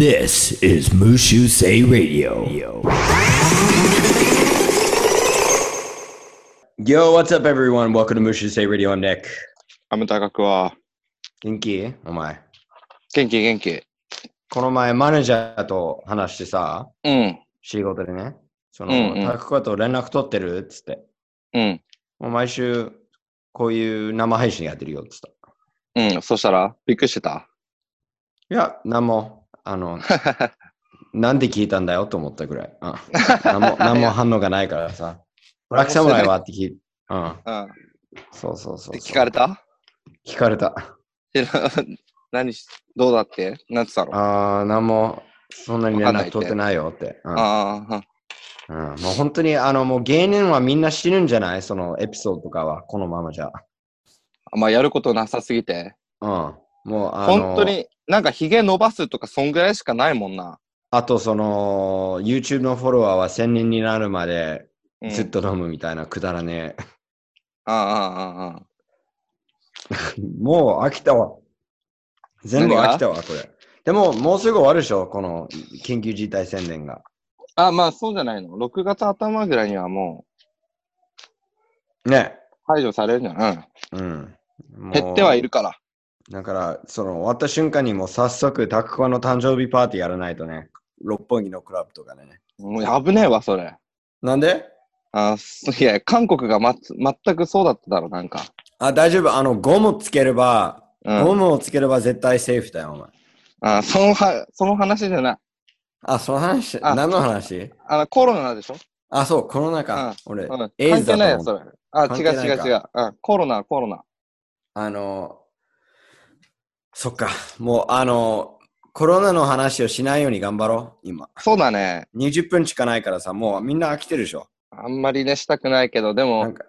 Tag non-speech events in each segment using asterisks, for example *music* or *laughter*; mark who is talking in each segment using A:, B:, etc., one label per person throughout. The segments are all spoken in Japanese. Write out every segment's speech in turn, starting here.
A: This is Mushu Say Radio.
B: Yo, what's up, everyone? Welcome to Mushu Say Radio. I'm Nick.
C: アムタガクは、
B: 元気お前。
C: 元気元気。
B: この前、マネージャーと話してさ、
C: うん、
B: 仕事でね、そ
C: うん
B: の、
C: うん
B: タクコと連絡取ってるっつって、
C: うん、
B: もう毎週、こういう生配信やってるよっつった。い
C: うん。そしたら、びっくりしてた。
B: や、なんも、あ
C: *laughs*
B: の、なんで聞いたんだよと思ったぐらい。うん、
C: *laughs*
B: なんも、なんも反応がないからさ、ブラックサムライはって聞いうん、
C: うん。っ
B: そうそうそうそう。
C: て聞かれた
B: 聞かれた。
C: えな *laughs* 何し、どうだってなんて言ったの
B: あー、なんも、そんなに連
C: わかんな
B: 絡
C: いって
B: 取ってないよって。うん
C: あ
B: う
C: あ、
B: ん、もう本当にあのもう芸人はみんな死ぬんじゃないそのエピソードとかはこのままじゃ。
C: あまあ、やることなさすぎて。
B: うん。もうあの
C: 本当に、なんか、ひげ伸ばすとか、そんぐらいしかないもんな。
B: あとその YouTube のフォロワーは1000人になるまで
C: うん、
B: ずっ。と飲むみたいなくだらねえ。
C: ああ、ああ、ああ。
B: *laughs* もう飽きたわ。全部飽きたわ、これ。でももうすぐ終わるでしょこの緊急事態宣言が。
C: あまあ、そうじゃないの。6月頭ぐらいにはも
B: ね。
C: う、排除されるんじゃない、
B: うん。
C: うん、
B: もう
C: 減ってはいるから。
B: だから、その終わった瞬間にもう早速、タクコの誕生日パーティーやらないとね。六本木のクラブとかでね。
C: もう危ねえわ、それ。
B: なんで
C: あすいや、韓国がまつ、全くそうだっただろ、なんか。
B: あ、大丈夫。あの、ゴムつければ、
C: うん
B: ゴムをつければ絶対セーフだよ、お前。
C: あそのは、その話じゃない。
B: あ、その話、
C: あ
B: 何の話
C: あの、コロナでしょ
B: あ、そう、コロナか。俺、
C: うん。関
B: エイズ
C: 係
B: だ
C: ないよ、
B: と
C: そ
B: 思
C: れ
B: う。。
C: あ、
B: 関
C: 違
B: 係
C: う
B: ない
C: 違う
B: か
C: 違う。うん、コロナ、コロナ。
B: あの、そっか。もう、あの、コロナの話をしないように頑張ろう、今。
C: そうだね。
B: 20分しかないからさ、もうみんな飽きてるでしょ。
C: あんまりね、したくないけど、で
B: な
C: も
B: ん、か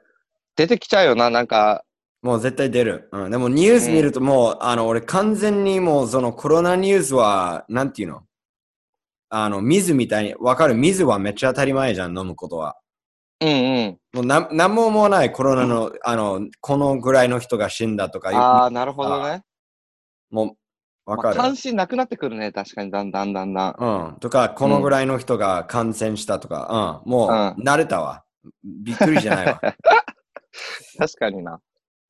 C: 出てきちゃうよな、なんか。
B: もう絶対出る。うん、でもニュース見るともう、あの、俺完全にもうそのコロナニュースは、なんていうのあの、水みたいに、わかる水はめっちゃ当たり前じゃん、飲むことは。
C: うんうん。
B: もうななんも思わないコロナの、あの、このぐらいの人が死んだとかよ
C: ああ、なるほどね。
B: もう、わ
C: ま
B: か
C: あ
B: る。
C: 関心なくなってくるね、確かに、だんだんだんだん。
B: うん。とか、このぐらいの人が感染したとか、うん。もう、
C: うん
B: 慣れたわ。びっくりじゃないわ。
C: *laughs* 確かにな。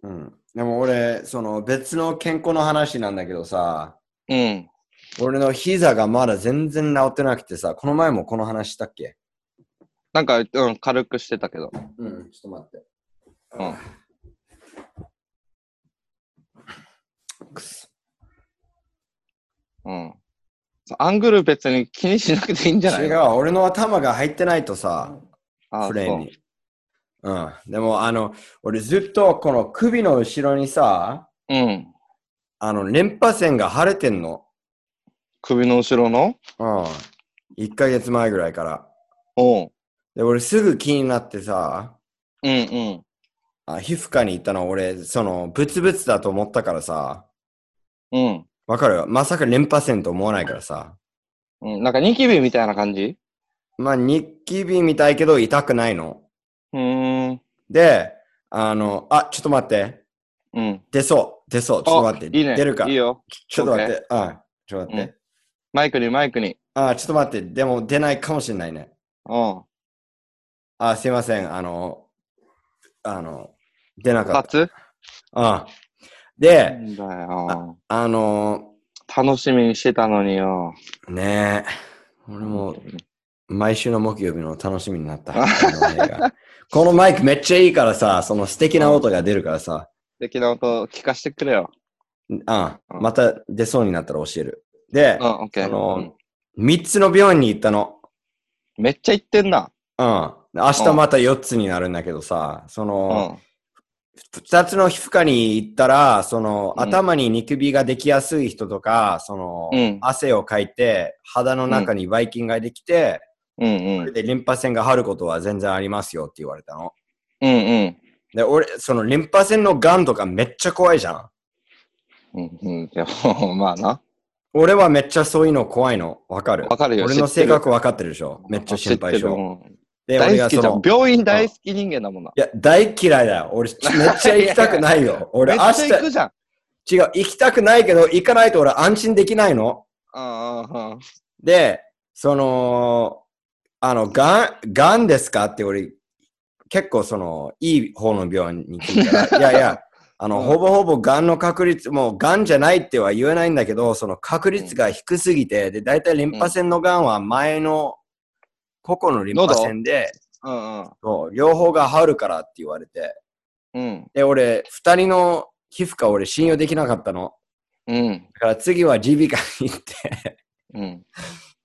B: うん。でも俺、その別の健康の話なんだけどさ、
C: うん。
B: 俺の膝がまだ全然治ってなくてさ、この前もこの話したっけ
C: なんか、うん、軽くしてたけど。
B: うん、ちょっと待って。
C: うん。
B: くそ
C: うん。そうアングル別に気にしなくていいんじゃない
B: 違う、俺の頭が入ってないとさ、
C: あ
B: フレーム
C: ー
B: に。うん。でも、あの、俺ずっとこの首の後ろにさ、
C: そう。うん。
B: あの、連覇線が腫れてんの。
C: 首の後ろの
B: うん。1ヶ月前ぐらいから。
C: おう。
B: で、俺すぐ気になってさ、
C: うんうん。
B: あ皮膚科に行ったの俺、その、ブツブツだと思ったからさ、
C: うん。
B: わかるまさか連覇線と思わないからさ。
C: うん、なんかニキビみたいな感じ
B: まあ、ニキビみたいけど痛くないの。
C: うーん。
B: で、あの、あ、ちょっと待って。
C: うん。
B: 出そう。出そう。ちょっと待って。
C: いいね。
B: 出るか。
C: いいよ。
B: ちょっと待って。あ、ちょっと待って。
C: マイクにマイクに。
B: あ、ちょっと待って。でも出ないかもしれないね。
C: うん。
B: あ、すいません。あの、あの、出なか
C: 二
B: っ
C: つ
B: た。あ
C: な
B: で、
C: んだよ。
B: あの、
C: 楽しみにしてたのによ。
B: ねえ。俺も毎週の木曜日の楽しみになった。こ
C: あ
B: の映画このマイクめっちゃいいからさ、その素敵な音が出るからさ。
C: 素敵な音聞かせてくれよ。
B: あ
C: うん
B: また出そうになったら教える。で
C: うん、、オッケ
B: あ
C: ー。うん
B: の、3つの病院に行ったの。
C: めっちゃ言ってんな。
B: うん。明日また4つになるんだけどさ、そうの、
C: ん。
B: 2つの皮膚科に行ったら、その、
C: うん
B: 頭にニキビができやすい人とか、その、
C: うん
B: 汗をかいて、肌の中にばい菌ができて、
C: うんう
B: それ
C: ん。
B: で、リンパ腺が張ることは全然ありますよって言われたの。
C: うんうん。
B: で、俺、その、リンパ腺の癌とかめっちゃ怖いじゃん。
C: うんうん。いや、もうまあな。
B: 俺はめっちゃそういうの怖いの。わかる
C: わかるよ。
B: 俺の
C: 知って
B: 性
C: る
B: 格わかってるでしょめっちゃ心配
C: 知ってる
B: 性。
C: うん
B: で、俺
C: 大
B: が
C: 好
B: そ
C: きじゃ
B: の
C: ん。、病院大好き人間だもんな。
B: いや、大嫌いだよ。俺、ち
C: *laughs*
B: めっちゃ行きたくないよ。
C: め
B: 俺、
C: っち
B: 明
C: ゃ行くじゃん。
B: 日、違う、行きたくないけど、行かないと俺安心できないの。
C: ああ、は
B: で、その、あの、がん、がんですかって俺、結構その、いい方の病院に聞いたら、い
C: *laughs*
B: やいや、あの、
C: うん
B: ほぼほぼがんの確率、もうがんじゃないっては言えないんだけど、その確率が低すぎて、で、大体リンパ腺のがんは前の、個々のリンパ腺で、
C: あ。
B: そう両方が治るからって言われて、
C: うんうん。
B: で、俺、二人の皮膚科俺信用できなかったの。
C: うん。
B: だから次は耳鼻科に行って、
C: うん。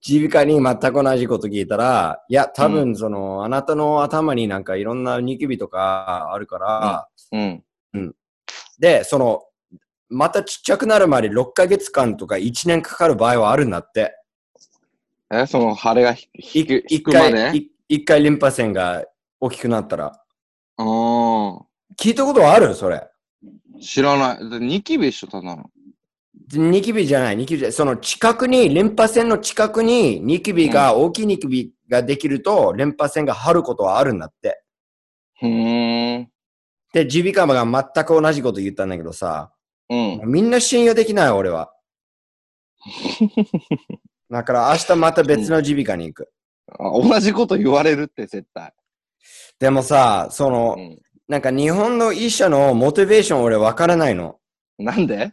B: 耳鼻科に全く同じこと聞いたら、いや、多分その、あなたの頭になんかいろんなニキビとかあるから、
C: うん。
B: で、その、またちっちゃくなるまで6ヶ月間とか1年かかる場合はあるんだって。
C: え、その、腫れがひ
B: い
C: ひく
B: 一
C: 引くまで
B: 回、い一回リンパ腺が大きくなったら。
C: あ
B: 聞いたことあるそれ。
C: あ。知らない。でニキビ一緒ただの。
B: ニキビじゃない、ニキビじゃない。その近くに、リンパ腺の近くにニキビが、大きいニキビができると、リンパ腺が張ることはあるんだって。
C: ふーん。
B: で、耳鼻科が全く同じこと言ったんだけどさ、
C: うん。
B: みんな信用できない、俺
C: *laughs*
B: は。だから明日また別の耳鼻科に行く。
C: あ同じこと言われるって絶対。
B: でもさ、その
C: う、ん。
B: なんか日本の医者のモチベーション俺わからないの。
C: なんで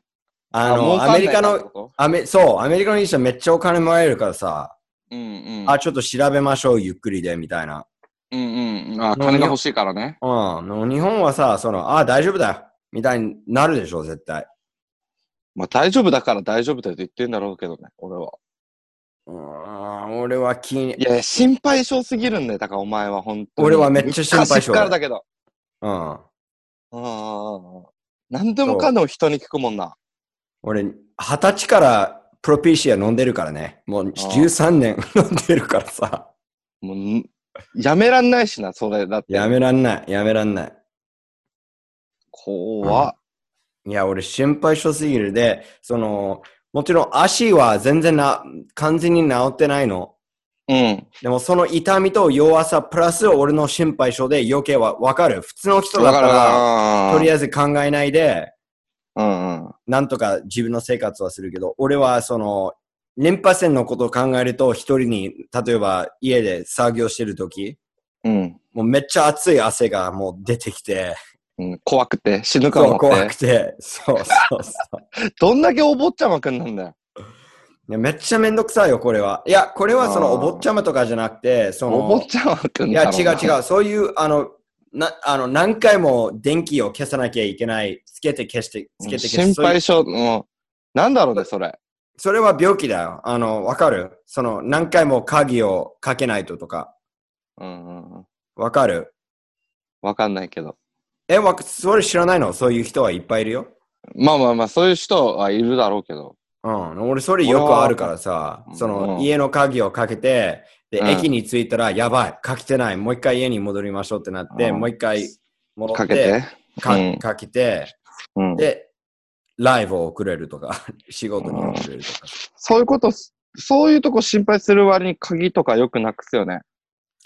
B: あの、
C: 儲か
B: ア
C: んな
B: メ
C: い
B: リ
C: か
B: カ
C: らって
B: の、
C: こと
B: アメ、そう、アメリカの医者めっちゃお金もらえるからさ、
C: うんうん。
B: あ、ちょっと調べましょう、ゆっくりで、みたいな。
C: うんうん。あ、金が欲しいからね。
B: うん。でも日本はさ、その、あ、大丈夫だよ、みたいになるでしょ、絶対。
C: まあ大丈夫だから大丈夫だよって言ってんだろうけどね、俺は。
B: うーん、俺は気に
C: い、や、心配性すぎるんだよ、だからお前は本当に。
B: 俺はめっちゃ心配性
C: 昔からだけど。
B: うん。
C: うん。何でもかんでも人に聞くもんな。
B: 俺、二十歳からプロピシア飲んでるからね。もう
C: ああ
B: 13年 *laughs* 飲んでるからさ。
C: もうん、やめらんないしな、それだって。
B: やめらんない、やめらんない。
C: 怖っ。
B: いや、俺心配性すぎるで、その、もちろん足は全然な、完全に治ってないの。
C: うん。
B: でもその痛みと弱さプラス俺の心配性で余計はわかる。普通の人だ
C: わ
B: った、
C: からら
B: とり
C: あえ
B: あえず考えないで、
C: ず。うんうん。
B: なんとか自分の生活はするけど、俺はその、連覇線のことを考えると、一人に、例えば家で作業してるとき、
C: うん。
B: もうめっちゃ熱い汗がもう出てきて、
C: うん、怖くて、死ぬか
B: そう
C: も
B: 怖
C: っ
B: く
C: て。
B: て、そうそうそ
C: どんだけお坊ちゃまくんなんだよ。
B: う。いやめっちゃめんどくさいよ、これは。いや、これはその
C: あ
B: お
C: ー
B: 坊ちゃまとかじゃなくて、そ
C: お坊
B: の、
C: ちゃまくん
B: い
C: だ
B: や、
C: ろ
B: 違う違う、そういう、あの、なあの何回も電気を消さなきゃいけない、つけて消して、つ
C: う
B: け
C: ん
B: て消して、
C: 心
B: そういう
C: 配性、うん。なんだろうね、それ。
B: それは病気だよ。あの、わかるその、何回も鍵をかけないととか、
C: うんうんうん。
B: わかる
C: わかんないけど。
B: え、わか、それ知らないのそういう人はいっぱいいるよ。
C: まあまあまあ、そういう人はいるだろうけど。
B: うん、俺それよくあるからさ
C: う、ん
B: その
C: うん
B: 家の鍵をかけて、で、
C: うん
B: 駅に着いたら、やばい、かけてない、もう一回家に戻りましょうってなって、
C: うん
B: もう一回戻って、
C: かけて。
B: か
C: うん
B: かけて、
C: うん。
B: で、ライブを送れるとか、 *laughs* 仕事に送れるとか。
C: そういうこと、そういうとこ心配する割に鍵とかよくなくすよね。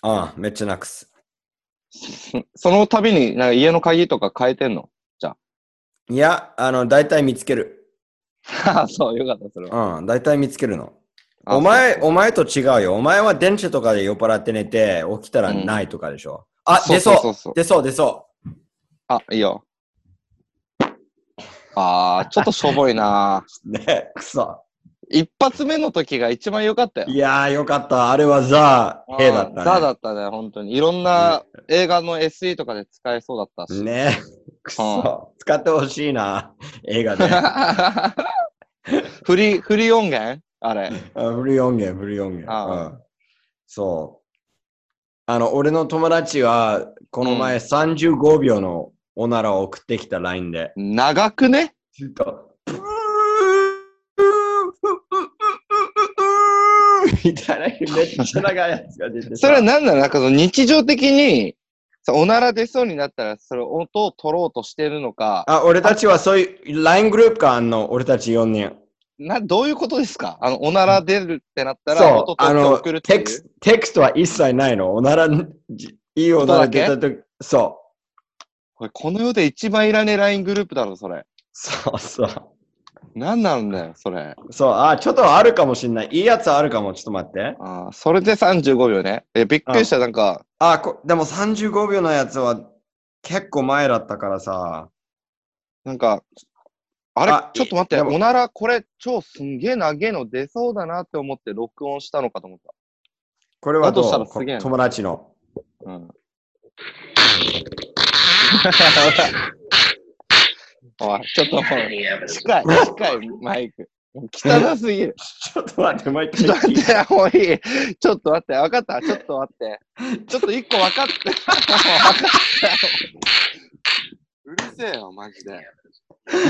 B: ああ、めっちゃなくす。
C: その度に、なんか家の鍵とか変えてんの
B: いや、あの、大体見つける。
C: ああそう、よかった、それは。
B: うん、大体見つけるの。お前、お前と違うよ。お前は電車とかで酔っ払って寝て、起きたらないとかでしょ。あ、
C: そう
B: 出
C: そう
B: そ
C: そう
B: う
C: そう。
B: 出そう出そう
C: あ、いいよ。ああ、ちょっとしょぼいな。
B: ね、くそ。
C: 一発目の時が一番良かったよ。
B: いやーよかった。あれはザー、A だったね。
C: ザだったね、本当に。いろんな映画の SE とかで使えそうだったし。 *laughs*
B: ね。くそ。使ってほしいな。映
C: *laughs*
B: 画で。
C: フリー、フリー音源あれ。
B: あフリー音源、フリー音源。
C: ああ
B: うんそう。あの、俺の友達は、この前35秒のおならを送ってきた LINE で。
C: 長くね
B: ずっと、プーみたいな、めっちゃ長いやつが出て
C: それは
B: さ。
C: 何なのなんかその日常的に、さおなら出そうになったら、それ音を取ろうとしてるのか、
B: あ、俺たちはそういう LINE グループかあんの、俺たち4人。
C: な、どういうことですかあの、おなら出るってなったら、
B: そ
C: 音
B: う、あ
C: 取って
B: の、
C: 送るってい
B: テ
C: う
B: ク。ステクストは一切ないの。おなら、じいいおなら出たとき、そ
C: これ、この世で一番いらねえ LINE グループだろ、それ。
B: う、そうそう。
C: 何なんだよ、それ。
B: そう、あ、ちょっとあるかもしんない。いいやつあるかも。ちょっと待って。
C: あーそれで35秒ね。え、びっくりした、なんか、
B: あこ、でも35秒のやつは結構前だったからさ。
C: なんか、あれ
B: あ
C: ちょっと待って、
B: でも
C: おなら、これ、超すんげえ長えの出そうだなって思って録音したのかと思っ
B: これはどう
C: だとしたらすげえな
B: こ友達の。
C: た。 *laughs* うん。おい、ちょっともう、近い、近い、マイク。汚すぎる。
B: *laughs* ちょっと待って、もう一
C: ちょっ
B: 回
C: と
B: 聞い。
C: 待ってて、もういい。ちょっと待って、分かった、ちょっと待って。 *laughs* ちょっと一個分かって。もう分かった。うるせえよ、マジで。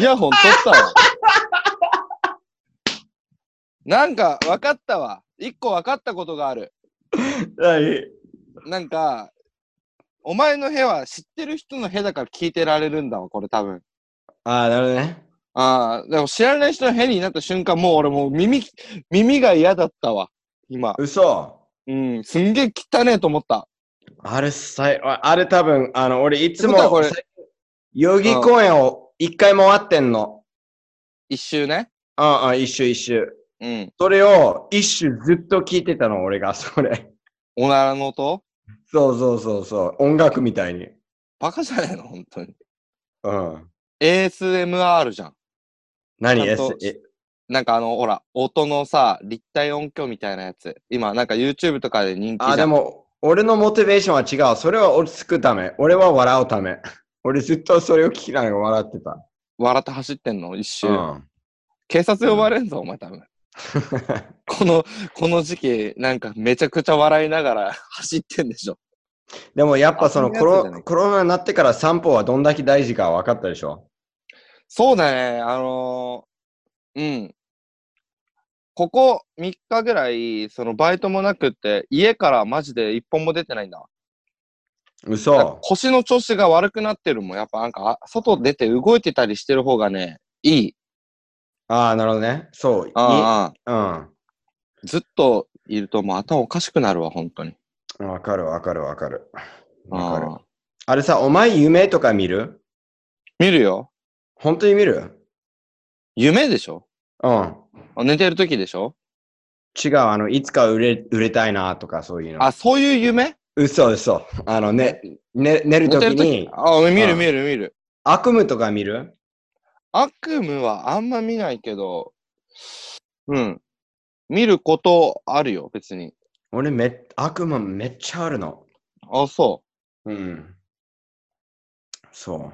C: イヤホン取ったわ。なんか分かったわ。一個分かったことがある。
B: はい
C: なんか、お前の部屋は知ってる人の部屋だから聞いてられるんだわ、これ多分。
B: ああ、なるほどね。
C: ああ、でも知らない人の部屋になった瞬間、もう俺もう耳、耳が嫌だったわ、今。
B: 嘘。
C: うん、すんげえ汚ねえと思った。
B: あれ、さいああれ多分、あの、俺いつも
C: ってことはこれ
B: 最近代々木公園を一回回ってんの。
C: 一周ね。
B: うんうん、一周一周。
C: うん。
B: それを一周ずっと聞いてたの、俺が、それ。
C: おならの音
B: そうそうそうそう。音楽みたいに。
C: バカじゃないの、本当に。
B: うん。
C: ASMR じゃん。
B: 何
C: ちゃん
B: S
C: と
B: え
C: なんかあの、ほら、音のさ、立体音響みたいなやつ。今、なんか YouTube とかで人気じゃん。
B: あ、でも、俺のモチベーションは違う。それは落ち着くため。俺は笑うため。 *laughs* 俺ずっとそれを聞きながら笑ってた。
C: 笑って走ってんの、一周。
B: うん。 *laughs*
C: 警察呼ばれんぞ、お前多分。この、この時期、なんかめちゃくちゃ笑いながら *laughs* 走ってんでしょ。
B: でもやっぱその
C: あ
B: コ
C: そういうやつじゃな
B: ロ
C: い
B: コロナになってから散歩はどんだけ大事か分かったでしょ
C: そうだね、あのーうん。ここ3日ぐらい、そのバイトもなくって、家からマジで一本も出てないんだわ。なんか
B: 嘘
C: 腰の調子が悪くなってるもん。やっぱなんか、あ外出て動いてたりしてる方がね、いい。
B: ああ、なるほどね。そう。
C: あ
B: にうん。
C: あずっといるともう頭おかしくなるわ、本当に。
B: わかるわかるわかる。わかる
C: あ。あ
B: あれさ、お前夢とか見る
C: 見るよ。
B: 本当に見る
C: 夢でしょ
B: うん。
C: あ寝てる時でしょ
B: 違う、あの、いつか売れ、売れたいなとかそういうの。
C: あ、、そういう夢
B: 嘘嘘。あのね、ね寝ると
C: 寝
B: き
C: てる時
B: に、
C: あ、見
B: う
C: る
B: ん
C: 見る見る。
B: 悪夢とか見る
C: 悪夢はあんま見ないけど、うん。見ることあるよ、別に。
B: 俺め、悪夢めっちゃあるの。
C: あ、そ
B: うん。そう。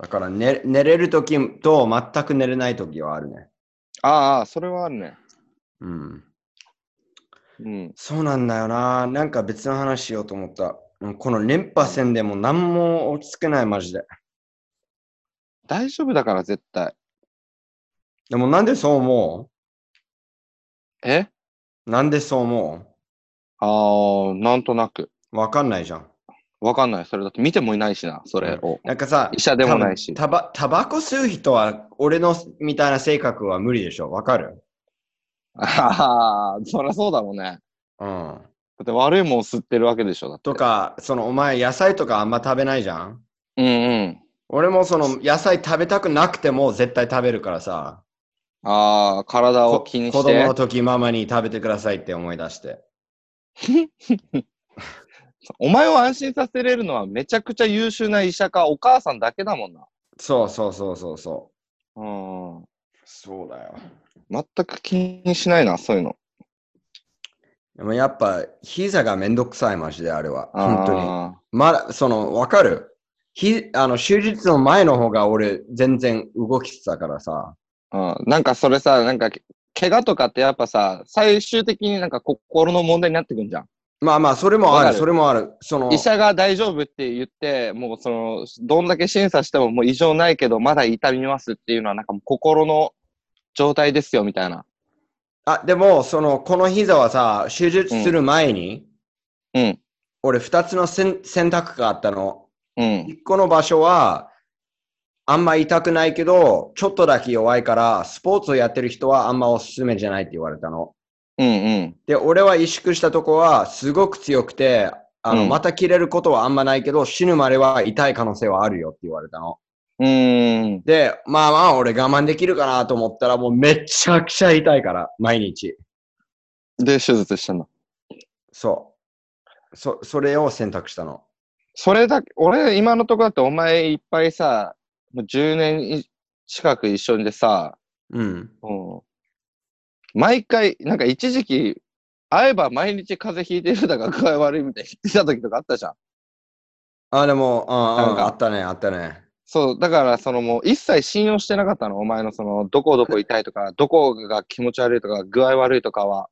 B: だから寝、寝れるときと全く寝れないときはあるね。
C: う。ああ、それはあるね。
B: うん。
C: うん。
B: そうなんだよな。なんか別の話しようと思った。うんこの連覇戦でもう何も落ち着けない、マジで。
C: 大丈夫だから、絶対。
B: でもなんでそう思
C: え
B: うなんでそう思
C: ああ、なんとなく。
B: うわかんないじゃん。
C: わかんない。それだって見てもいないしな、それを。
B: なんかさ、
C: 医者でもないし。
B: タバタバコ吸う人は、俺のみたいな性格は無理でしょ。わかる
C: *laughs* ああ、そりゃそうだろうね。
B: う
C: だ
B: ん。
C: って悪いもん吸ってるわけでしょ、だって。
B: と。か、そのお前野菜とかあんま食べないじゃん
C: うんうん。
B: 俺もその野菜食べたくなくても絶対食べるからさ。
C: ああ、体を
B: こ
C: 気に
B: 子
C: し
B: 供
C: て
B: の。時ママに食べてくださいって思い出して。
C: お前を安心させれるのはめちゃくちゃ優秀な医者かお母さんだけだもんな。
B: そうそうそうそうそうう。そうだよ。
C: ん。全く気にしないな、そういうの。
B: でもやっぱ、膝がめんどくさいマジであれは。本当に。
C: あ
B: まだ、その、わかるひあの、手術の前の方が俺全然動きてたからさ。
C: ーうん。なんかそれさ、なんか、怪我とかってやっぱさ、最終的になんか心の問題になってくんじゃん。
B: まあまあ、それもあ
C: わか
B: る、
C: る
B: それもある。その、
C: 医者が大丈夫って言って、もうその、どんだけ審査してももう異常ないけど、まだ痛みますっていうのはなんかもう心の状態ですよみたいな。
B: あ、でも、その、この膝はさ、手術する前に、
C: うん。
B: 俺二つの選選択があったの。
C: うん。
B: 一個の場所は、あんま痛くないけど、ちょっとだけ弱いから、スポーツをやってる人はあんまおすすめじゃないって言われたの。
C: うんうん。
B: で、俺は萎縮したとこは、すごく強くて、あの、
C: うん
B: また切れることはあんまないけど、死ぬまでは痛い可能性はあるよって言われたの。
C: うん。
B: で、まあまあ俺我慢できるかなと思ったらもうめちゃくちゃ痛いから、毎日。
C: で、手術したんだ。
B: そう。そ、それを選択したの。
C: それだけ、俺、今のところだってお前いっぱいさ、もう10年い近く一緒でさ、
B: うん。
C: うん。毎回、なんか一時期、会えば毎日風邪ひいてるだが具合悪いみたいに言ってた時とかあったじゃん。
B: あ、でも、あ
C: な
B: あ
C: んか
B: あったね、あったね。
C: そう、だからそのもう一切信用してなかったの、お前のそのどこどこ痛い
B: *laughs*
C: とか、どこが気持ち悪いとか、具合悪いとかは。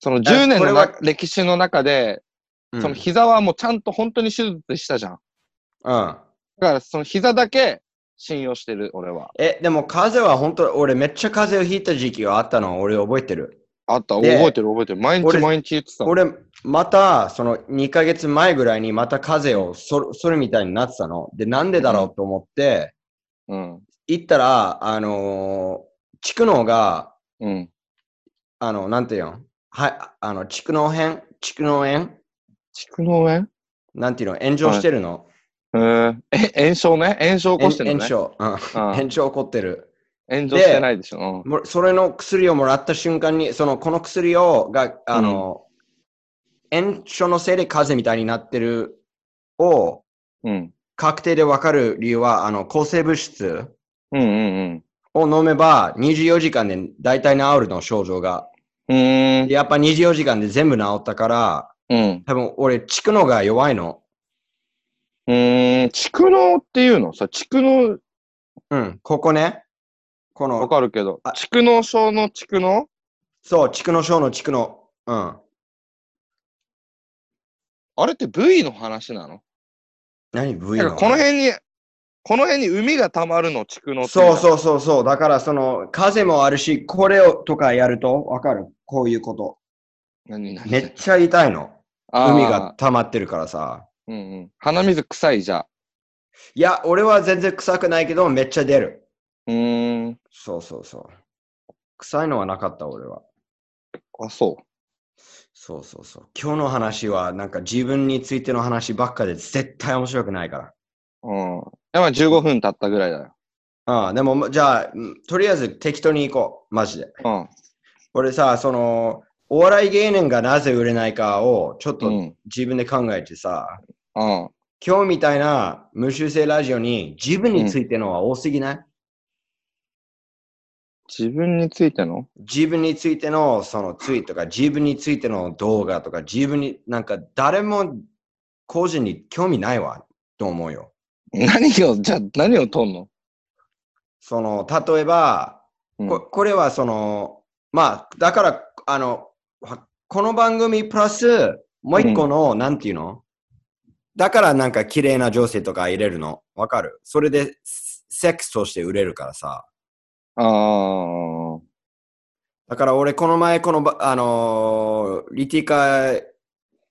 C: その10年
B: これ
C: の
B: は
C: な歴史の中で、
B: うん
C: その膝はもうちゃんと本当に手術したじゃん。
B: うん。
C: だからその膝だけ信用してる、俺は。
B: え、でも風邪は本当、俺めっちゃ風邪をひいた時期があったの、俺覚えてる。
C: あった、覚
B: で
C: えてる覚えてる。毎日
B: 俺
C: 毎日言ってたもん。
B: 俺、また、その2ヶ月前ぐらいにまた風邪をそ、それみたいになってたの。で、なんでだろうと思って、
C: うん。
B: 行ったら、あのー、畜能が、
C: うん。
B: あの、なんていうのはい、あの、畜能編畜能炎
C: 畜脳炎
B: なんていうの炎上してるの、
C: へーえ、炎症ね炎症起こしてる
B: 炎
C: のね。
B: 症。うん。
C: うん
B: 炎症起こってる。
C: 炎上してないでしょ。
B: もうそれの薬をもらった瞬間に、そのこの薬をが、あの、炎症のせいで風邪みたいになってるを
C: うん。うん。
B: 確定でわかる理由は、あの、抗生物質
C: うんうんうん。
B: を飲めば24時間で大体治るの、症状が。
C: うーん。
B: でやっぱ24時間で全部治ったから、
C: うん。
B: 多分俺、地区のが弱いの。
C: うーん、蓄能っていうのさ、蓄能、
B: うん、ここね。こ
C: わ
B: の、
C: かるけど
B: あ、
C: 蓄能症の蓄能
B: そう、地区の症の地区の。うん。
C: あれって部位の話なの
B: 何、V
C: なん
B: の
C: かこの辺に、この辺に海が溜まるの、蓄能ってい
B: そう
C: う
B: そうそうそう。だからその風もあるし、これをとかやるとわかる。こういうこと。
C: の。何何
B: めっちゃ痛いの。
C: あー
B: 海が溜まってるからさ。
C: うんうん。鼻水臭いじゃん。
B: いや、俺は全然臭くないけど、めっちゃ出る。
C: うーん。
B: そうそうそう。臭いのはなかった、俺は。
C: あ、そう。
B: そうそうそう。今日の話は、なんか自分についての話ばっかで絶対面白くないから。
C: うん。やまあ15分経ったぐらいだよ。
B: ああ、でも、じゃあ、うんとりあえず適当に行こう。マジで。
C: うん。
B: 俺さ、その、お笑い芸人がなぜ売れないかを、ちょっ
C: う
B: と
C: ん。
B: 自分で考えてさ、
C: うん。
B: 今日みたいな無修正ラジオに自分についてのは多すぎない、
C: 自分についての
B: 自分についてのそのツイートとか自分についての動画とか自分になんか誰も個人に興味ないわと思うよ。
C: 何を、じゃあ何を撮んの
B: その例えば
C: うん
B: ここれはそのまあだからあのはこの番組プラスもう一個の、なんていうのだからなんか綺麗な女性とか入れるのわかるそれでセックスとして売れるからさ。
C: あー。
B: だから俺、この前、このば、あのーリティカ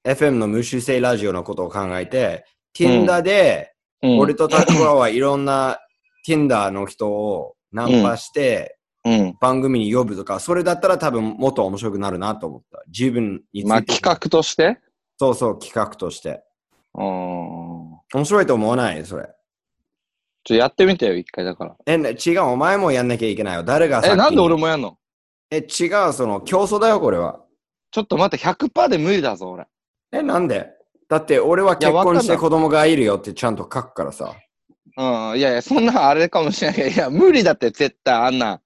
B: FM の無修正ラジオのことを考えて、Tinder で、
C: うん、
B: 俺とタクワはいろんな Tinder の人をナンパして
C: うん。
B: 番組に呼ぶとか、それだったら多分もっと面白くなるなと思った。自分について。
C: まあ企画として
B: そうそう、企画として。
C: うん。
B: 面白いと思わないそれ。
C: ちょ、やってみてよ、一回だから。
B: え、ね違う、お前もやんなきゃいけないよ。誰がさ
C: え、なんで俺
B: も。
C: もやんの
B: え、違う、その、競争だよ、これは。
C: ちょっと待って、100%で無理だぞ、俺。
B: え、なんでだって俺は結
C: いやわか
B: 婚
C: んない
B: して子供がいるよってちゃんと書くからさ。
C: うん、いやいや、そんなあれかもしれないけど、いや、無理だって、絶対、あんな。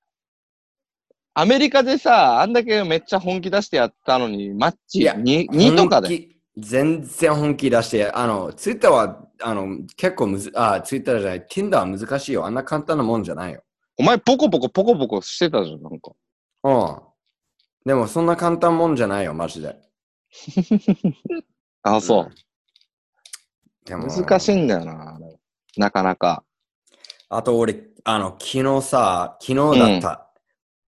C: アメリカでさ、あんだけめっちゃ本気出してやったのに、マッ
B: い
C: チ
B: や
C: 2、2とかで。
B: 本気全然本気出して、あの、ツイッターは、あの、結構むず、あ、ツイッターじゃない、Tinder は難しいよ。あんな簡単なもんじゃないよ。
C: お前、ポコポコポコポコしてたじゃん、なんか。
B: うん。でもそんな簡単もんじゃないよ、マジで。
C: あ、そう。
B: でも、
C: 難しい
B: い。
C: んだよな、なかなか。
B: あと俺、あの、昨日さ、昨日だった。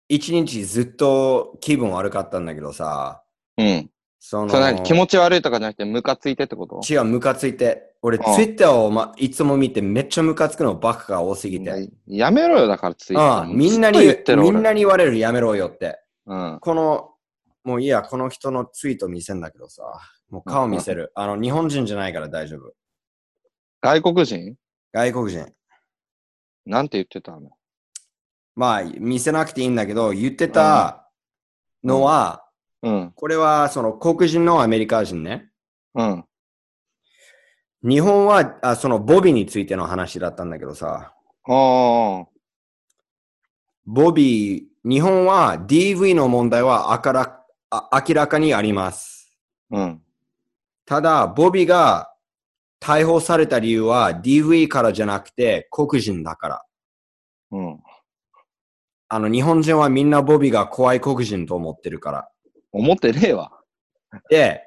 B: 一、日ずっと気分悪かったんだけどさ、
C: うん。
B: その、
C: それなんか気持ち悪いとかじゃなくて、ムカついてってこと
B: 違う、ムカついて。俺、
C: ん
B: ツイッターを、ま、いつも見てめっちゃムカつくのバカが多すぎて。
C: やめろよ、だから、つい
B: ああみんなに、
C: 言ってる
B: み
C: 俺。
B: んなに言われるやめろよって。
C: うん。
B: この、もういいや、この人のツイート見せんだけどさ。もう顔見せる。あの、日本人じゃないから大丈夫。
C: 外国人
B: 外国人。
C: なんて言ってたの
B: まあ、見せなくていいんだけど、言ってたのは、
C: うん、
B: これはその黒人のアメリカ人ね。
C: うん、
B: 日本は、あそのボビについての話だったんだけどさ、
C: ああ、
B: ボビー、日本は DV の問題はあからあ明らかにあります。
C: うん、
B: ただ、ボビが逮捕された理由は DV からじゃなくて黒人だから。
C: うん。
B: あの、日本人はみんなボビが怖い黒人と思ってるから。
C: 思ってねえわ。
B: で、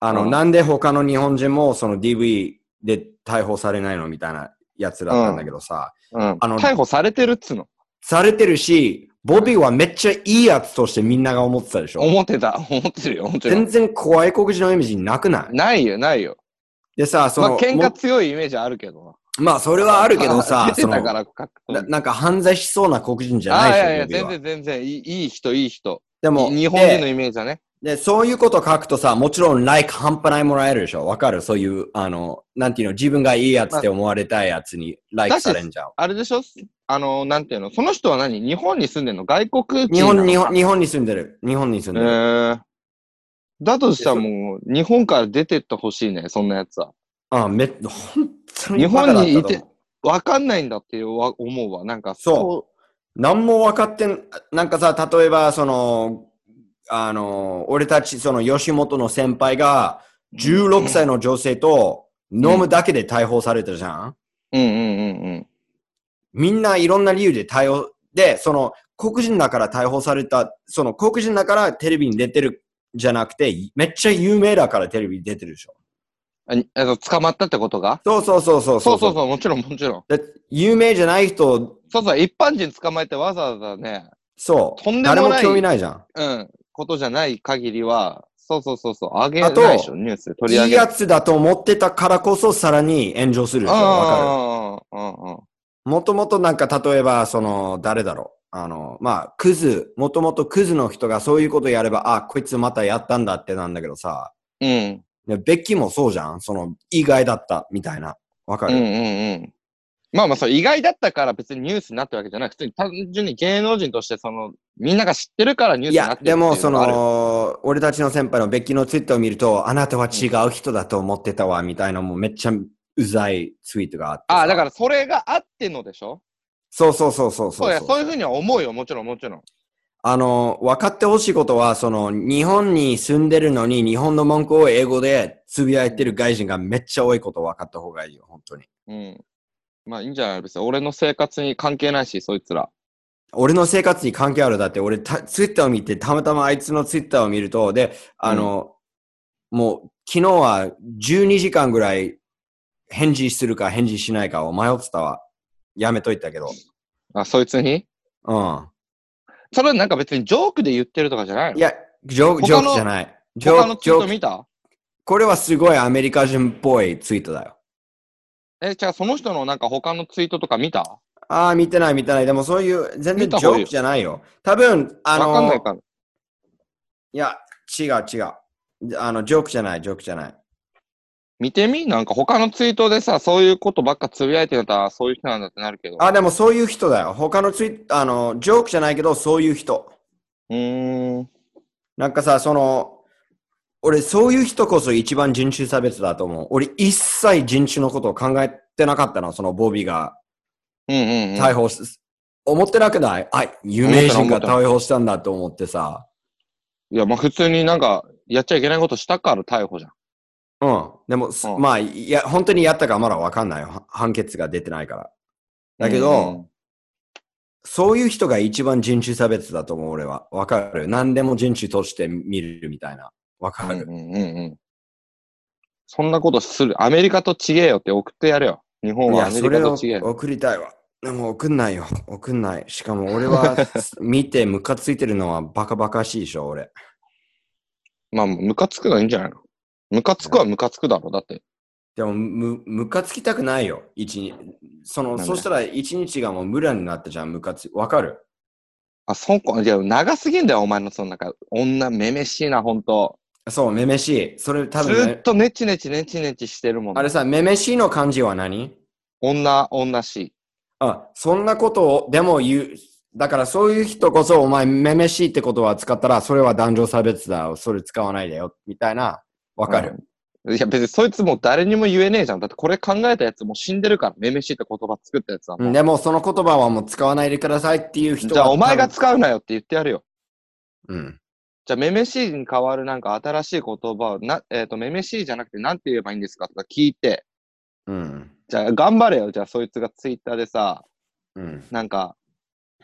B: あの、
C: うん
B: なんで他の日本人もその DV で逮捕されないのみたいなやつだったんだけどさ、
C: うん。
B: あの
C: 逮捕されてるっつの。
B: されてるし、ボビはめっちゃいいやつとしてみんなが思ってたでしょ
C: 思ってた。思ってるよ、本当
B: 全
C: に。
B: 然怖い黒人のイメージなくない
C: ないよ、ないよ。
B: でさ、そ
C: ま
B: の、
C: あ、喧嘩
B: も
C: 強いイメージあるけどな。、
B: まあそれはあるけどさ
C: *laughs* 出
B: そ
C: て
B: の
C: たからかっこいい
B: な、なんか犯罪しそうな黒人じゃ
C: あ
B: ない
C: あ、い
B: でしょ、
C: や
B: ボ
C: いや、
B: ビー
C: 全
B: は
C: 然全然、いいいい人、いい人。
B: でも、
C: 日本人の
B: で
C: イメージだね。
B: で、そういうこと書くとさ、もちろん、like 半端ないもらえるでしょわかるそういう、あの、なんていうの、自分がいいやつって思われたいやつに、like
C: だし
B: されんじゃん。
C: あれでしょあの、なんていうのその人は何日本に住んでんの外国人
B: 日
C: なの
B: 本、日本、日本に住んでる。日本に住ん
C: え
B: でる。
C: ー、だとしたらもう、日本から出てってほしいね、そんなやつは。
B: あ、め、本当にバカだったと思う
C: 日本にいて。わかんないんだっていうわ思うわ。なんか、
B: そ何も分かってん、なんかさ、例えば、その、あの、俺たち、その、吉本の先輩が、16歳の女性と飲むだけで逮捕されたじゃん
C: う。うんうんうんうん。
B: みんないろんな理由で対応、で、その、黒人だから逮捕された、その、黒人だからテレビに出てるじゃなくて、めっちゃ有名だからテレビに出てるでしょ。
C: あにあの捕まったってことが
B: そうそうそうそう
C: そうそうそう、もちろんもちろん。
B: だ有名じゃない人、
C: そうそう、一般人捕まえてわざわざね、
B: そう。
C: とんでもない
B: 誰も興味ないじゃん。
C: うん、ことじゃない限りは、そうそうそうそう、あげな
B: あ
C: い
B: と
C: でしょ、ニュースで取り
B: い
C: 上
B: い
C: げる
B: や。つだと思ってたからこそ、さらに炎上するでしょ。わか
C: うんうんうんうんうん
B: る。もともとなんか、例えば、その、誰だろう。あの、まあ、クズ、もともとクズの人がそういうことやれば、あ、こいつまたやったんだってなんだけどさ、
C: うん。
B: でベッキーもそうじゃんその、意外だった、みたいな。わか
C: うんう
B: る、
C: んうん。まあまあ、そう、意外だったから別にニュースになってるわけじゃない。普通に単純に芸能人として、その、みんなが知ってるからニュース
B: い
C: になっ
B: や、
C: てるってい
B: で
C: うの
B: も、そ
C: がある、
B: の、俺たちの先輩のベッキーのツイッターを見ると、あなたは違う人だと思ってたわ、みたいな、もうめっちゃうざいツイートがあって。。
C: ああ、だかららそれがあってのでしょ
B: そうそうそうそう
C: そう
B: そう
C: や、そういうふうには思うよ、もちろんもちろん。
B: あの、分かってほしいことは、その、日本に住んでるのに、日本の文句を英語でつぶやいてる外人がめっちゃ多いこと分かった方がいいよ、本当に。
C: うん。まあいいんじゃない別に俺の生活に関係ないし、そいつら。
B: 俺の生活に関係あるだって、俺た、ツイッターを見て、たまたまあいつのツイッターを見ると、で、あの、もう、昨日は12時間ぐらい返事するか返事しないかを迷ってたわ。やめといたけど。
C: あ、そいつに
B: うん。
C: それなんか別にジョークで言ってるとかじゃないの
B: いや、ジョーク、
C: 他の
B: ジョークじゃない。ジョ
C: 他
B: ー
C: の
B: ク、
C: ツ
B: ジ
C: イ
B: ョ
C: ート
B: ーク。
C: 見た
B: これはすごいアメリカ人っぽいツイートだよ。
C: え、じゃあその人のなんか他のツイートとか見た
B: ああ、見てない見てない。でもそういう、全然
C: 見
B: ジ
C: た
B: ョ
C: 方が
B: ー
C: いいよ
B: クじゃないよ。多分、あ
C: わかん
B: の、
C: ないいから。
B: や、違う違う。あの、ジョークじゃない、ジョークじゃない。
C: 見てみなんか他のツイートでさ、そういうことばっかつぶやいてたら、そういう人なんだってなるけど。
B: あ、でもそういう人だよ。他のツイあの、ジョークじゃないけど、そういう人。
C: うーん。
B: なんかさ、その、俺、そういう人こそ一番人種差別だと思う。俺、一切人種のことを考えてなかったの、そのボビーが
C: うんうん、うん。
B: 逮捕す、思ってなくないあ、有名人が逮捕したんだと思ってさ。
C: いや、まあ普通になんか、やっちゃいけないことしたから逮捕じゃん。
B: うん。でも、す
C: うん
B: まあ、いや、本当にやったかまだわかんないよ。は判決が出てないから。だけど、
C: うん
B: そういう人が一番人種差別だと思う、俺は。わかる。何でも人種として見るみたいな。わか
C: う
B: る。
C: んうんうんうん。そんなことする。アメリカと違えよって送ってやれよ。日本
B: い
C: はア
B: や、
C: メ
B: そ
C: リカ
B: れ
C: と
B: を
C: 違えよ。
B: 送りたいわ。でも送んないよ。送んない。しかも俺
C: *laughs*
B: は見てムカついてるのはバカバカしいでしょ、俺。
C: まあ、ムカつくのはいいんじゃないのムカつくはムカつくだろ、だって。
B: でも、む、ムカつきたくないよ。一日。そ
C: なん
B: の、
C: で
B: そしたら一日がもう無駄になったじゃん、ムカつ。わかる
C: あ、そんこ、いや、長すぎんだよ、お前のその中。女、めめしいな、ほんと。
B: そう、めめしい。それ多
C: ず
B: 分、
C: ーっ
B: ね、
C: とネチネチネチネチしてるもん。
B: あれさ、めめしいの漢字は何
C: 女、女しい。
B: あ、そんなことを、でも言う、だからそういう人こそ、お前、めめしいってことは使ったら、それは男女差別だ、それ使わないでよ、みたいな、わかる。
C: いや、別にそいつもう誰にも言えねえじゃん。だってこれ考えたやつもう死んでるから、めめしいって言葉作ったやつはもう。
B: うんでも、その言葉はもう使わないでくださいっていう人
C: じゃあお前が
B: 多
C: 使うなよって言ってやるよ。
B: 分うん。
C: じゃあ、めめしいに代わるなんか新しい言葉を、な、えっ、と、めめしいじゃなくてなんて言えばいいんですかとか聞いて、
B: うん。
C: じゃあ頑張れよ。じゃあそいつがツイッターでさ、
B: うん。
C: なんか、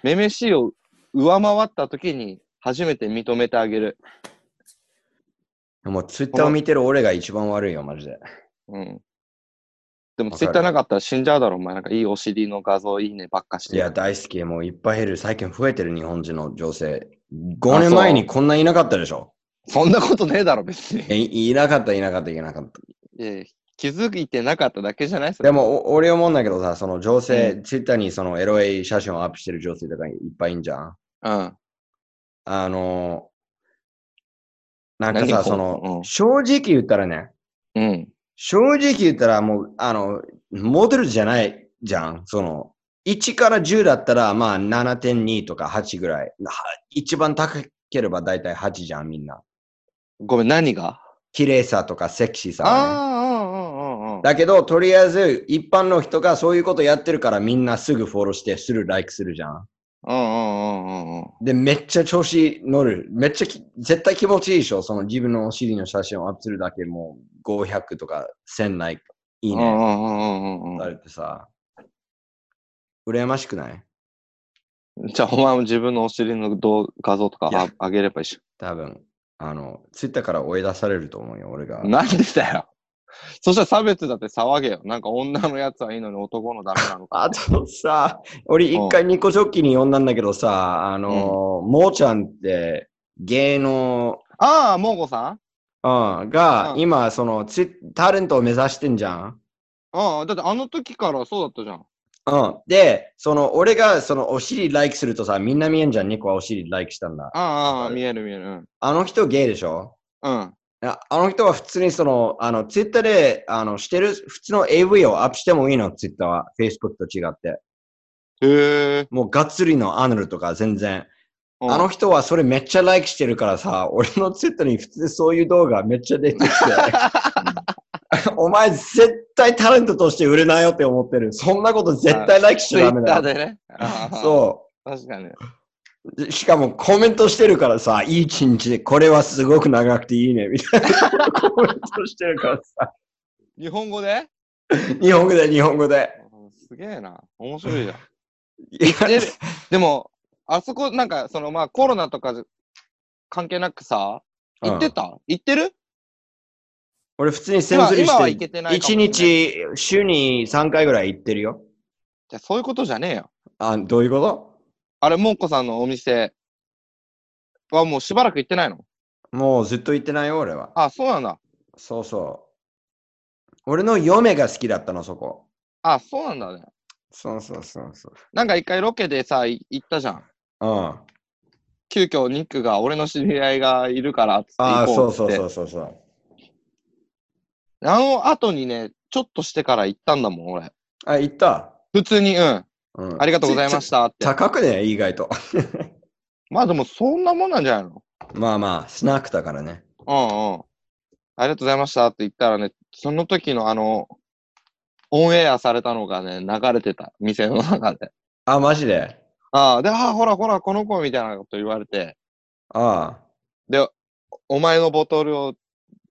C: めめしいを上回った時に初めて認めてあげる。
B: もう、ツイッターを見てる俺が一番悪いよ、マジで。
C: うん。でも
B: わかる
C: ツイッターなかったら死んじゃうだろ、お前。なんかいいお尻の画像いいねばっかし
B: い
C: て。
B: や、大好き。もういっぱい減る。最近増えてる日本人の女性。5年前にこんないなかったでしょ。
C: そんなことねえだろ、別に。
B: えいいなかった、いなかった、いなかった。
C: いやいや気づいてなかっただけじゃないそれ
B: でも、お俺思うんだけどさ、その女性、
C: う
B: ツイッターにそのエロい写真をアップしてる女性とかいっぱいいんじゃん。
C: うん。
B: あのーなんか
C: 何こ
B: さ、
C: う
B: その、
C: うん
B: 正直言ったらね、
C: うん。
B: 正直言ったらもう、あの、モデルじゃないじゃん。その、1から10だったら、まあ7.2とか8ぐらい。は一番高ければ大体8じゃん、みんな。
C: ごめん、何が
B: 綺麗さとかセクシーさはね、
C: ああー、うんうんうんうん。
B: だけど、とりあえず、一般の人がそういうことやってるから、みんなすぐフォローして、する、ライクするじゃん。
C: うんうんうんうんうん。
B: で、めっちゃ調子乗る。めっちゃき、絶対気持ちいいでしょ。その自分のお尻の写真をアップするだけ、もう500とか1000ない、いい
C: うん
B: ね。
C: うんうんうん
B: あれってさ、羨ましくない
C: うんじゃあ、お前も自分のお尻の動画像とか
B: いや
C: ああげればいいし。
B: 多分、あの、ツイッターから追い出されると思うよ、俺が。
C: なんでだよ。そしたら差別だって騒げよ。なんか女のやつはいいのに男のダメなのか。
B: あとさ、俺一回ニコジョッキに呼んだんだけどさ、あの、もーちゃんって芸能、
C: *laughs* ああ、モーゴさん
B: うん、が、
C: うん
B: 今、そのツイ、タレントを目指してんじゃん。
C: ああ、だってあの時からそうだったじゃん。
B: うん。で、その、俺が、その、お尻ライクするとさ、みんな見えんじゃん、ニコはお尻ライクしたんだ。
C: ああああ、見える見える。うん。
B: あの人ゲイでしょ
C: うん。
B: ああの人は普通にその、あの、ツイッターで、あの、してる、普通の AV をアップしてもいいの、ツイッターは。Facebook と違って。
C: へえ。
B: もう、がっつりのアナルとか全然。
C: うん
B: あの人はそれめっちゃライクしてるからさ、俺のツイッターに普通にそういう動画めっちゃ出
C: *laughs*
B: てきて、お前絶対タレントとして売れないよって思ってる。そんなこと絶対ライクしちゃダメだ
C: Twitter
B: よ。
C: でね。ああ
B: そ
C: 確かに。
B: う。しかもコメントしてるからさ、いい一日で、これはすごく長くていいね、みたいなコメントしてるからさ。
C: 日本語で
B: 日本語で、日本語で。
C: うんすげえな。面白い *laughs* じゃん。
B: いや
C: えでも、あそこ、なんか、その、まあ、コロナとかじゃ関係なくさ、行ってた、行ってる
B: 俺普通にセンズリ
C: 今今は
B: し
C: 行け
B: て
C: て
B: る、
C: ないかも
B: 一
C: しれない
B: 日、週に3回ぐらい行ってるよ。
C: じゃあそういうことじゃねえよ。
B: あ、どういうこと
C: あれ、もうこさんのお店はもうしばらく行ってないの
B: もうずっと行ってないよ、俺は。
C: あ、そうなんだ。
B: そうそう。俺の嫁が好きだったの、そこ。
C: あ、そうなんだね。
B: そうそうそうそう。
C: なんか一回ロケでさ、い行ったじゃん。
B: うん。あ
C: 急遽ニックが、俺の知り合いがいるからっつって
B: あ
C: 行
B: ー、そ
C: こう
B: う
C: っつって。
B: そうそうそうそう。
C: あの後にね、ちょっとしてから行ったんだもん、俺。
B: あ、行った。
C: 普通に、うん。
B: うん。
C: ありがとうございましたたって
B: ち。高くね、意外と。
C: まあでも、そんなもんなんじゃないの
B: まあまあ、スナックだからね。
C: うんうん。ありがとうございましたって言ったらね、その時のあの、オンエアされたのがね、流れてた、店の中で。
B: あ、マジで。
C: ああ、で、ああ、ほらほら、この子みたいなこと言われて、
B: ああ。
C: お前のボトルを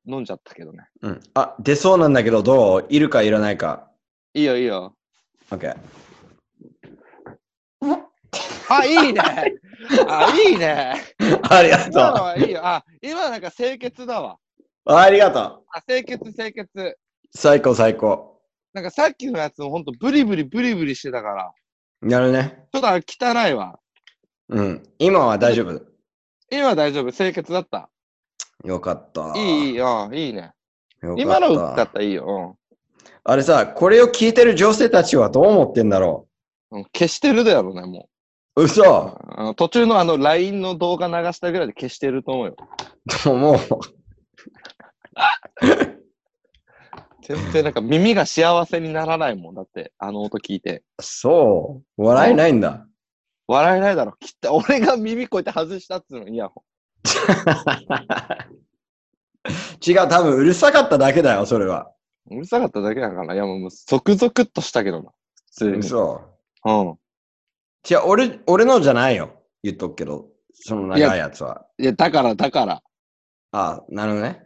C: 飲んじゃったけどね。
B: うん。あ、出そうなんだけど、どういるかいらないか。
C: いいよいいよ。
B: OK。 *laughs*
C: あ、いい *laughs* ねあ、いいね
B: ありが
C: 今の
B: と
C: はいいよ。あ、今なんか清潔だわ。
B: う。ありがと
C: あ、清潔清潔。
B: う。最高、最高。
C: なんかさっきのやつもほんとブリブリブリブリしてたから、
B: やるね。
C: ちょっとあれ汚いわ。
B: うん。今は大丈夫。
C: 今大丈夫、清潔だった。
B: よかった。
C: いい、いい、うんいいね。
B: よかった
C: 今のだったらいいよ。うん。
B: あれさ、これを聞いてる女性たちはどう思ってんだろ
C: うん消してるだろうね、も
B: う
C: う
B: 嘘 *laughs*
C: あの。途中のあの LINE の動画流したぐらいで消してると思うよ。
B: でももう、
C: 全然なんか耳が幸せにならないもんだって、あの音聞いて。
B: そう。笑えないんだ。
C: 笑えないだろ。きっと俺が耳こうやって外したっつうの、イヤホ
B: 違う、多分うるさかっただけだよ、それは。
C: ン。うるさかっただけだから。いやもうもう、ゾクゾクっとしたけどな。普通に。
B: そ
C: うん。
B: う。違う、俺、俺のじゃないよ。言っとくけど、その長いやつは。
C: いや、だから、だから。
B: ああ、なるほどね。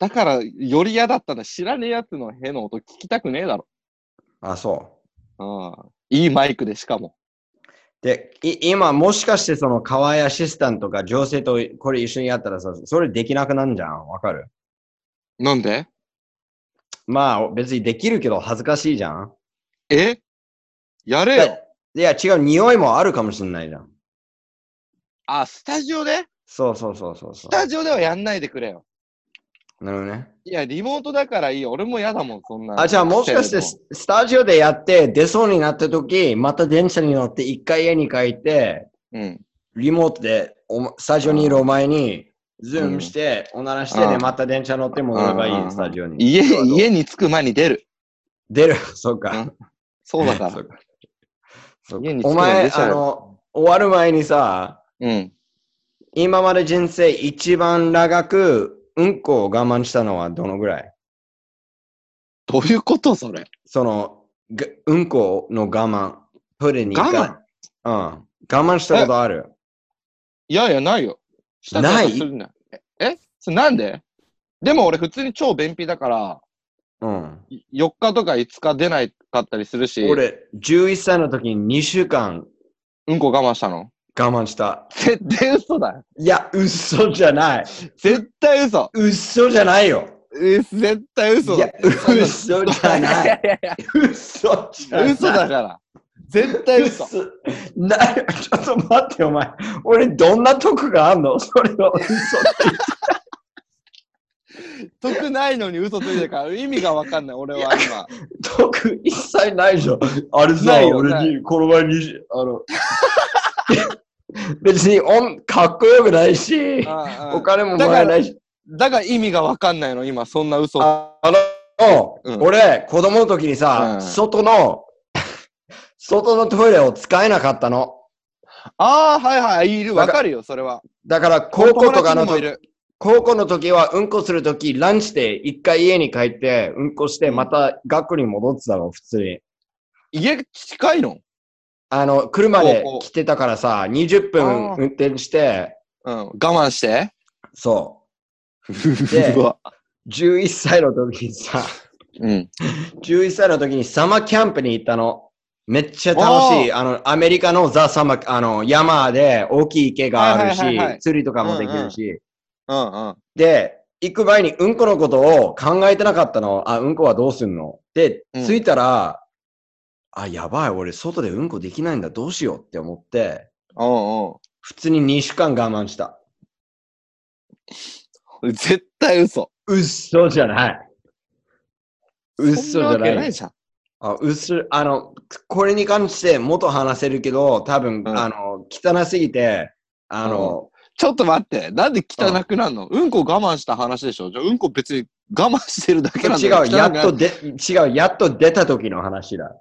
C: だから、より嫌だったんだ。知らねえやつのへの音聞きたくねえだろ。
B: ああ、そう。
C: うん。いいマイクでしかも。
B: で、い今もしかしてその河合アシスタントが女性とこれ一緒にやったらさ、それできなくなんじゃんわかる
C: なんで
B: まあ別にできるけど恥ずかしいじゃん
C: えやれよ。
B: いや違う、匂いもあるかもしんないじゃん。
C: あ、スタジオで
B: そうそうそうそうそ
C: スタジオではやんないでくれよ。
B: う。なるほどね。
C: いや、リモートだからいいよ。俺も嫌だもん、そんな。
B: あ、じゃあもしかしてススタジオでやって出そうになった時、また電車に乗って一回家に帰って、
C: うん。
B: リモートでおまスタジオにいるお前に、ズームして、おならして、
C: うん
B: で、また電車乗って戻れば
C: うんうん
B: いうい、
C: ん
B: スタジオに。
C: 家、
B: そうそう
C: 家に着く前に出る。
B: 出る、 *laughs* そうか。
C: *laughs* そうだか
B: そ
C: ら
B: う。かそうか
C: 家に着く
B: お
C: の
B: 前、
C: 出ちゃ
B: あ
C: うよ
B: の、終わる前にさ、
C: うん。
B: 今まで人生一番長く、うんこを我慢したのはどのぐらい
C: どういうことそれ。
B: その、がうんこの我慢、トイレに行かない。うん。我慢したことある。
C: いやいや、ないよ。下手
B: ない
C: するんだよええそれなんででも俺普通に超便秘だから、
B: うん。
C: い4日とか5日出ないかったりするし、
B: 俺、11歳の時に2週間
C: うんこ我慢したの。
B: 我慢した。
C: 絶対嘘だよ。
B: いや、嘘じゃない。
C: 絶対嘘。
B: 嘘じゃないよ。
C: え絶対嘘
B: い
C: だ
B: や
C: よ。、
B: 嘘じゃないい。
C: やいやい
B: 嘘じゃ
C: や
B: ない。
C: 嘘だから。絶対 *laughs* 嘘。
B: 嘘な、ちょっと待って、お前。俺、どんな得があんのそれは嘘って。
C: 得ないのに嘘ついてるから意味がわかんない、俺は今。
B: 得一切ないでしょ。あれさ
C: な、いよな
B: 俺
C: い
B: に、この前に、あ *laughs* の、別におん、かっこよくないし、
C: ああ
B: お金ももらえないし。
C: だから意味がわかんないの、今、そんな嘘。
B: ああの、
C: うん
B: 俺、子供の時にさ、
C: うん
B: 外の、外のトイレを使えなかったの。
C: ああ、はいはい、いる、
B: だ
C: わ
B: から
C: かるよ、それは。
B: だから、高校とか
C: 友
B: の
C: 達にもい
B: 時、
C: る。
B: 高校の時はうんこする時、ランチで一回家に帰って、うんこして、
C: うん
B: また学校に戻ってたの、普通に。
C: 家近いの
B: あの、車で
C: おうおう
B: 来てたからさ、20分
C: あー
B: 運転して、
C: うん、我慢 *laughs* して。
B: そう
C: わ。
B: う、11歳の時にさ、 *laughs*
C: うん。
B: 11歳の時にサマーキャンプに行ったの。めっちゃ楽しい。あの、アメリカのザ・サマー、あの、山で大きい池があるし、
C: はいはいはいはい
B: 釣りとかもできるし。
C: うんうん。
B: で、行く前にうんこのことを考えてなかったの。あ、うんこはどうすんので、
C: うん
B: 着いたら、あ、やばい、俺外でうんこできないんだ、どうしようって思って、
C: うん
B: 普通に2週間我慢した。
C: うん。絶対嘘。
B: 嘘じゃない。嘘じゃ
C: そんな
B: な
C: わ
B: い。
C: けないじゃん。
B: あ、嘘、あの、これに関してもっと話せるけど、多分、
C: ん
B: あの、汚すぎて、あの、
C: ちょっと待って、なんで汚くなんのうんこ我慢した話でしょじゃあうんこ別に我慢してるだけなんだ
B: 違
C: よ
B: う、や
C: 汚く
B: っ
C: ない
B: とで、違う、やっと出た時の話だ。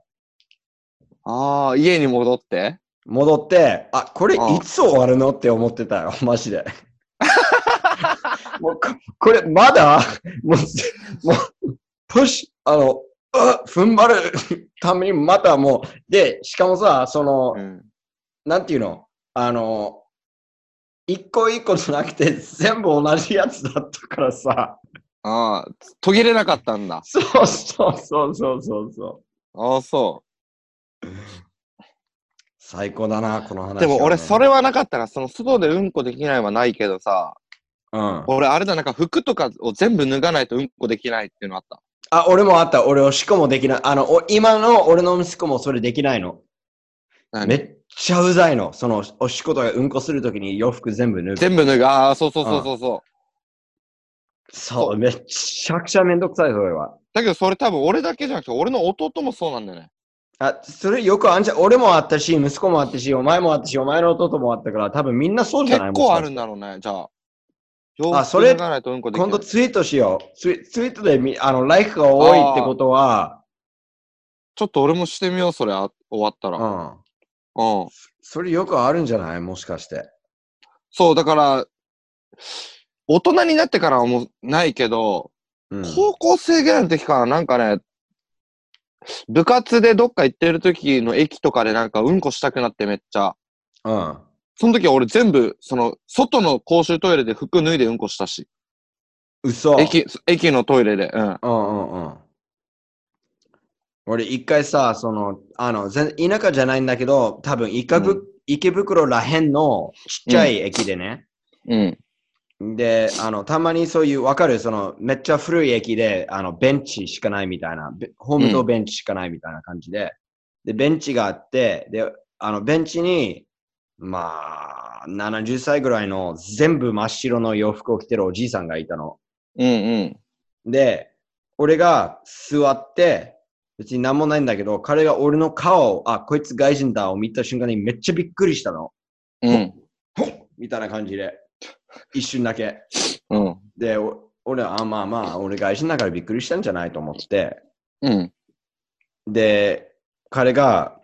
C: ああ、家に戻って。
B: 戻って、あ、これい
C: うん
B: つ終わるのって思ってたよ、 *laughs* マジで。もうここれまだ、もう、もう、プッシュ、あの、あ踏ん張るためにまたもう、で、しかもさ、その、
C: ん。
B: なんていうのあの、一個一個じゃなくて全部同じやつだったからさ。
C: ああ、途切れなかったんだ。
B: *laughs* そうそうそうそうそうそう。
C: ああ、そう。
B: 最高だな、この話、
C: でも俺そ。れはなかったらその外でうんこできないはないけどさ
B: うん。あ、
C: 俺あれだなんか服とかを全部脱がないとうんこできないっていうのあった
B: 俺もあった。俺、おしっこもできない。あの、お今の俺の息子もそれできないの。
C: 何
B: めっちゃうざいの。その、おしっことかうんこするときに洋服全部脱ぐ。
C: 全部脱ぐああそうそうそうそうそう
B: そう、めっちゃくちゃめんどくさい、それは。
C: だけどそれ多分俺だけじゃなくて俺の弟もそうなんだよね
B: あ、それよくあんじゃん。俺もあったし、息子もあったし、お前もあったし、お前の弟もあったから、多分みんなそうじゃ
C: 結
B: ない
C: 構
B: もしか
C: あ
B: し
C: る
B: て
C: んだろうねじゃあ洋
B: あそ
C: 服
B: れ
C: 脱がないとうんこできな
B: 今
C: い
B: 度ツイートしよう。ツイツイートでみあの、ライクが多いってことは、
C: ちょっと俺もしてみよう、それ、あ終わったら。うん。
B: うん。それよくあるんじゃないもしかして。
C: そう、だから、大人になってからはもうないけど、
B: うん。
C: 高校生ぐらいの時からなんかね、部活でどっか行ってる時の駅とかでなんかうんこしたくなってめっちゃ。
B: うん。
C: その時は俺全部、その、外の公衆トイレで服脱いでうんこしたし。
B: 嘘。
C: 駅、駅のトイレで。うん。
B: うんうんうん。俺、一回さ、その、あの、全田舎じゃないんだけど、多分池ぶ、
C: うん
B: 池袋らへんのちっちゃい駅でね。
C: うん。
B: で、あの、たまにそういう、わかるその、めっちゃ古い駅で、あの、ベンチしかないみたいな、べホームとベンチしかないみたいな感じで、で、ベンチがあって、で、あの、ベンチに、まあ、70歳ぐらいの全部真っ白の洋服を着てるおじいさんがいたの。
C: うんうん。
B: で、俺が座って、別に何もないんだけど、彼が俺の顔を、あ、こいつ外人だを見た瞬間にめっちゃびっくりしたの。
C: うん。
B: みたいな感じで。一瞬だけ。
C: うん。
B: で、お俺は、あ、まあまあ、俺外人だからびっくりしたんじゃないと思って。
C: うん。
B: で、彼が、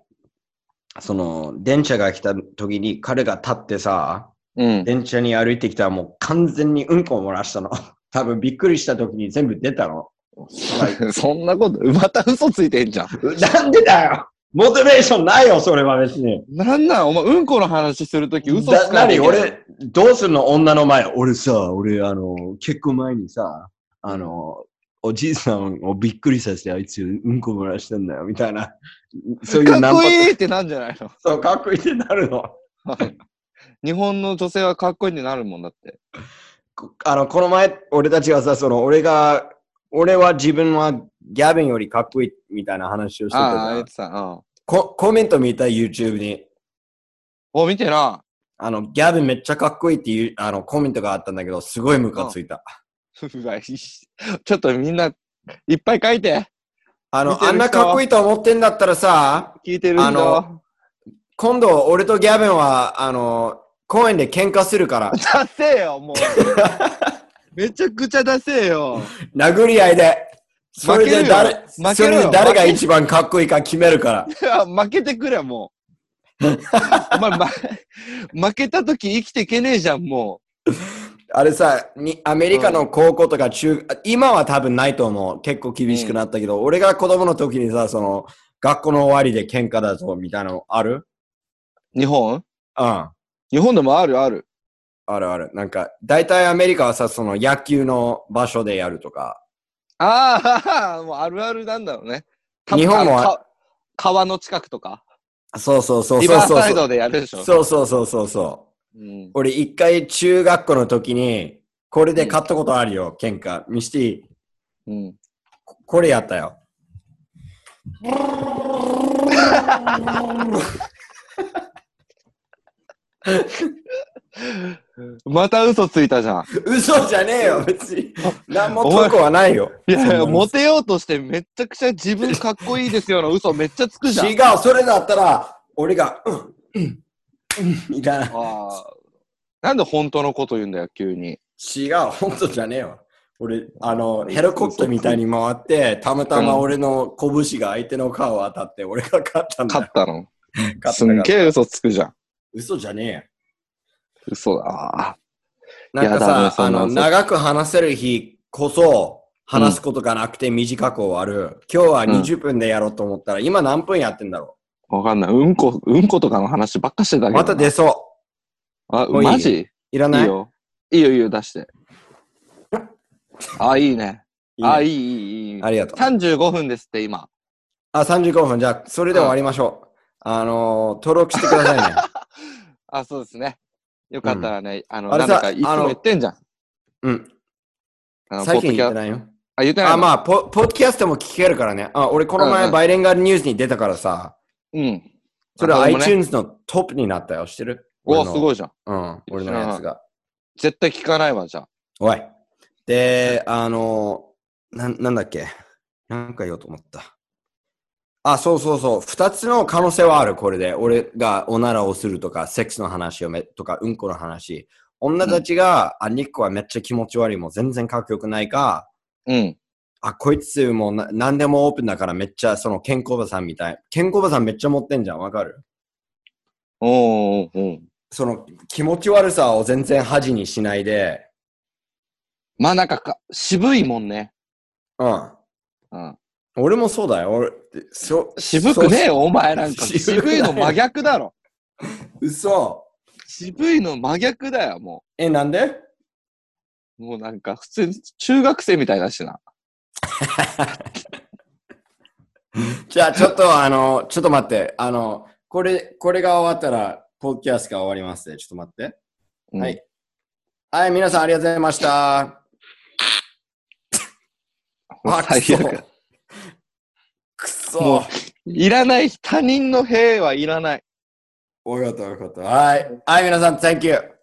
B: その、電車が来た時に彼が立ってさ、
C: うん。
B: 電車に歩いてきたらもう完全にうんこを漏らしたの。多分びっくりした時に全部出たの。
C: *laughs* そんなこと、また嘘ついてんじゃん。
B: *laughs* なんでだよモチベーションないよ、それは別に。
C: なんなんお前、うんこの話するとき嘘つ
B: だ
C: か
B: な
C: ない
B: に
C: といけない。
B: 俺、どうすんの女の前。俺さ、俺、あの、結婚前にさ、あの、おじいさんをびっくりさせて、あいつ、うんこ漏らしてんだよ、みたいな。そういう
C: かっこい
B: い
C: いってなんじゃないの
B: そう、かっこいいってなるの。
C: 日本の女性はかっこいいってなるもんだって。
B: こあの、この前、俺たちがさ、その、俺が、俺は自分はギャビンよりかっこいいみたいな話をしてたじ
C: ああ、
B: ゃ
C: 言っ
B: ん
C: てた。うん。
B: こコメント見た、YouTube に。
C: お、見てな。 *laughs*
B: あの、ギャビンめっちゃかっこいいっていう、あの、コメントがあったんだけど、すごいムカついた。
C: うわいいちょっとみんな、いっぱい書いて。
B: あ
C: 見
B: の、
C: て
B: あ
C: る人
B: んなかっこいいと思ってんだったらさ、
C: 聞いてる人、
B: あの今度俺とギャビンは、あの、公園で喧嘩するから
C: *laughs* 出せえよ、もう。 *laughs* めちゃくちゃ出せえよ。 *laughs*
B: 殴り合いで、それで誰、
C: 負
B: そ
C: けるよ負ける
B: れ
C: よ
B: で誰が一番かっこいいか決める
C: *laughs*
B: から。
C: いや負けてくれ、もう。お前、ま、負けたとき生きていけねえじゃん、も
B: あれさ、にアメリカの高校とか中、今は多分ないと思う。結構厳しくなったけど、俺が子供の時にさ、その、学校の終わりで喧嘩だぞ、みたいなのある
C: う。日本
B: うん。
C: 日本でもあるある。
B: あるある。なんか、大体アメリカはさ、その野球の場所でやるとか。
C: あ *laughs* あ、もうあるあるなんだろうね。
B: 日本もあ
C: か川の近くとか、
B: そうそうそう
C: リ
B: そう
C: バー
B: そう
C: サイ
B: そ
C: ド
B: う。
C: でやるでしょ。
B: そうそうそうそうそう。
C: うん、
B: 俺、一回中学校の時に、これで買ったことあるよ、喧嘩。ミシティ、
C: うん。
B: これやったよ。
C: また嘘ついたじゃん。
B: 嘘じゃねえ *laughs* よ、別に。何も特こはないよ。
C: いやいや、
B: そんなの
C: モテようとしてめちゃくちゃ自分かっこいいですよの
B: *laughs*
C: 嘘めっちゃつくじゃん。
B: 違う、それだったら、俺が、うん、うん、うん、みたいな。
C: あーなんで本当のこと言うんだよ、急に。
B: 違う、本当じゃねえわ。俺、あの、ヘリコプターみたいに回って、たまたま俺の拳が相手の顔当たって、俺が勝ったんだ
C: 勝
B: よ。
C: ったの。
B: 勝
C: す
B: った
C: ん
B: から。
C: げえ嘘つくじゃん。
B: 嘘じゃね
C: 嘘だ。あ
B: えよ。なんか
C: いやだね
B: さ、
C: そ
B: あ
C: んな
B: の、
C: 嘘
B: 長く話せる日こそ、話すことがなくて短く終わる。今日は
C: うん
B: 20分でやろうと思ったら、今何分やってんだろ
C: ーわかんない。うんこ、うんことかの話ばっかしてたけ
B: う
C: どな。
B: また出そ
C: あ、
B: もういい
C: マジ
B: う。いらない
C: いいよ。いいよ、いいよ、出して。あ、いいね。
B: いいね
C: あ、いい、いい、いい。
B: ありがとう。
C: 35分ですって、今。
B: あ、35分。じゃあ、それで終わりましょう。あのー、登録してくださいね。
C: あ、そうですね。よかったらね、あの、
B: あ
C: な
B: れ
C: ん
B: さ
C: かいつも言ってんじゃん。
B: うん。
C: *laughs* あの
B: 最近言って
C: ポッドキャ
B: ないよ。
C: あ、言ってないの。
B: あ、まあポ、ポッドキャストも聞けるからね。あ、俺この
C: うん
B: 前
C: うん
B: バイリンガルニュースに出たからさ、
C: うん。
B: それ
C: あ
B: は
C: 僕もね
B: iTunes のトップになったよ。知ってる
C: お、す
B: い。
C: ごいじゃん。
B: うん、俺のやつが。
C: 絶対聞かないわ、じゃあ。
B: おい。で、あの、なん、なんだっけ。なんか言おうと思った。あ、そうそうそう。二つの可能性はある、これで。俺がおならをするとか、セックスの話をめ、とか、うんこの話。女たちが、あ、ニックはめっちゃ気持ち悪い、もう全然かっこよくないか、
C: うん。
B: あ、こいつもうな何でもオープンだからめっちゃその健康ばさんみたい。健康ばさんめっちゃ持ってんじゃん、わかる
C: おーおーおー
B: その気持ち悪さを全然恥にしないで、
C: まあなんかか、渋いもんね。
B: うん。
C: うん。
B: 俺もそうだよ。俺、そ
C: 渋くねえよ、お前なんか。
B: 渋くな
C: 渋
B: い
C: いの真逆だろ。
B: そう嘘。
C: 渋いの真逆だよ、も
B: え、なんで
C: う。もうなんか、普通に中学生みたいだしな。
B: じゃあ、ちょっと、あの、ちょっと待って。あの、これ、これが終わったら、ポッドキャストが終わりますね。ちょっと待って。
C: うん
B: はい。はい、皆さんありがとうございました。あ、
C: 最
B: くそ
C: 悪。。
B: く
C: も。
B: そう
C: いらない、他人の兵はいらない。
B: わかった、わかった。はい。はい、皆さん、Thank you!